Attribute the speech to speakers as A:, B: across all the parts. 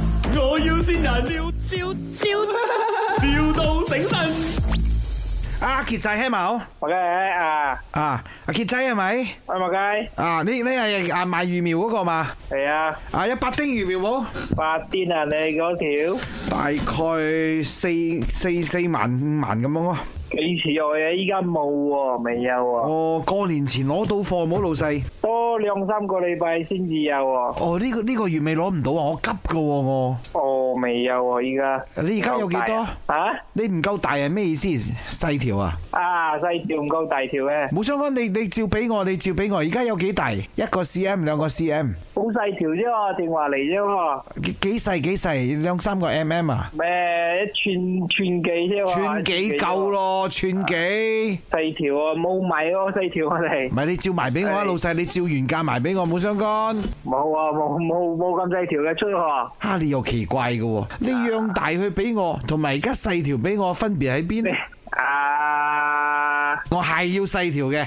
A: 要先人，笑笑笑，,笑到醒神。
B: 阿杰仔喺冇？
C: Mặc cái ấy à,
B: 啊，阿杰仔係咪？
C: ôi mặc cái,
B: 啊，你你係啊賣魚苗嗰個嘛？
C: thì à,
B: 啊，一百丁魚苗冇？
C: và tin là này có thiếu,
B: 大概四四四萬五萬咁樣咯。
C: kỳ thị rồi ấy, ra mù à, mày giàu à,
B: 哦，過年前攞到貨冇老細。
C: tô liông xăm cô đây bài xin gì giàu à,
B: 哦，呢、個呢、個月尾攞唔到啊，我急噶喎我。
C: ồ mày giàu à, ý ra,
B: 你而家
C: Câu
B: 有幾
C: tài
B: 多
C: à?？Hả?
B: 你唔夠大係咩意思？細條啊？
C: À, dây chuyền câu tài thiểu à,
B: 冇相干，你你照俾我，你照俾我。而家有幾大？一個 cm，兩個 cm，
C: cũng dây thiểu chứ, à, thì hòa lý chứ, à.
B: 幾幾細幾細，兩三個 mm 啊？
C: 咩寸寸幾啫喎？
B: 寸啊幾夠
C: à.
B: 咯，寸幾？
C: 細條啊，冇米咯，細條我哋
B: 唔係你照埋俾我啊，
C: 係
B: 老細，你照原價埋俾我，冇相干。
C: 冇啊，冇冇冇咁細條嘅出喎。
B: 啊，你又奇怪嘅喎，你樣大去俾我，同埋而家細條俾我，分別喺邊？
C: 啊，
B: 我係要細條嘅，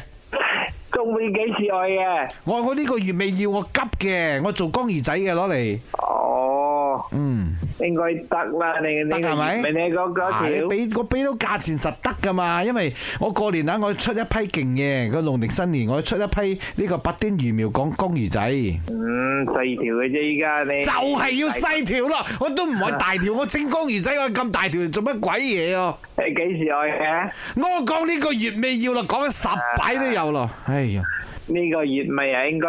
C: 仲會幾次愛嘅？
B: 我我呢個月尾要，我急嘅，我做江魚仔嘅攞嚟。
C: 哦，
B: 嗯，
C: 應該得啦，你
B: 得
C: 你
B: 係咪
C: 咪你嗰
B: 啊你
C: 嗰條
B: 俾我俾到價錢實得噶嘛，因為我過年啊，我出一批勁嘅，個農曆新年我出一批呢個白丁魚苗講江魚仔，就
C: Ừ, 嗯細條嘅啫，依家你
B: 係要細條咯，我都唔係大條，我整江魚仔我咁大條做乜鬼嘢啊？
C: 你幾時愛嘅？
B: 我講呢個月尾要啦，講咗十擺都有咯，哎呀，
C: 呢個月咪啊，應該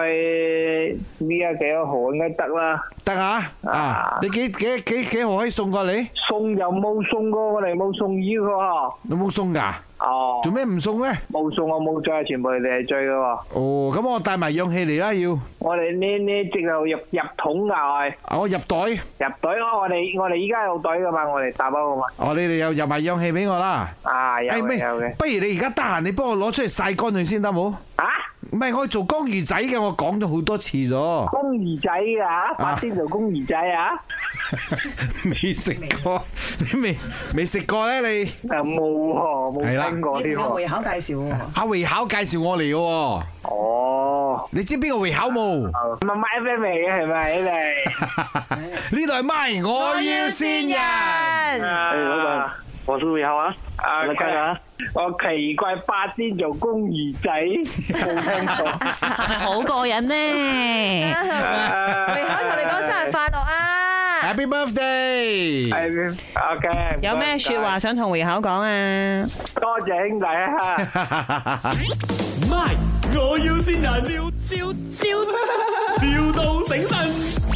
C: 呢家幾多號應該得啦。
B: 得啊，啊
C: 啊，
B: 你幾幾幾幾號可以送過嚟？
C: 送又冇送過，我哋冇送衣嘅喎。
B: 你冇送噶？
C: 哦
B: 做。咩唔送呢？
C: 冇送我冇追，全部你哋係追嘅喎。
B: 哦，咁我帶埋氧氣嚟啦，要
C: 我哋呢呢直頭入入桶噶，我哋
B: 啊，我入袋，
C: 入隊。我哋我哋依家有隊噶嘛，我哋打包噶嘛。
B: 哦，你哋又入埋氧氣俾我啦。
C: 啊有
B: 哎
C: 嘅
B: 咩
C: 有嘅。
B: 不如你而家得閒，你幫我攞出嚟曬乾佢先得冇？
C: 啊，
B: 唔係我做江魚仔嘅，我講咗好多次咗，
C: 公兒仔啊，八仙做公兒仔啊，
B: 未食過，你未未食過呢？你
C: 啊冇喎，
B: 係啦
C: 冇聽過
D: 你
C: 呢
D: 唔夠
C: 個。
D: 會考介紹喎，
B: 阿維考介紹我嚟嘅喎，
C: 哦，
B: 你知邊個維考 冇？
C: 唔係 M M 嚟嘅係咪你哋？
B: 呢度係咪？我要先人。
E: 哎，老板
C: 啊，，
E: 我是魏豪啊，
C: 啊
E: 我来看看啊，
C: 我奇怪八仙做公兒仔冇聽過。
F: 好過癮呢！
C: 啊
G: 明海同你講生日快樂啊！
B: Happy birthday！
C: 係啊 OK。
F: 有咩说話？想同會考講啊？
C: 多謝兄弟啊！
A: 咪，我要先人，笑笑笑，,笑到醒神。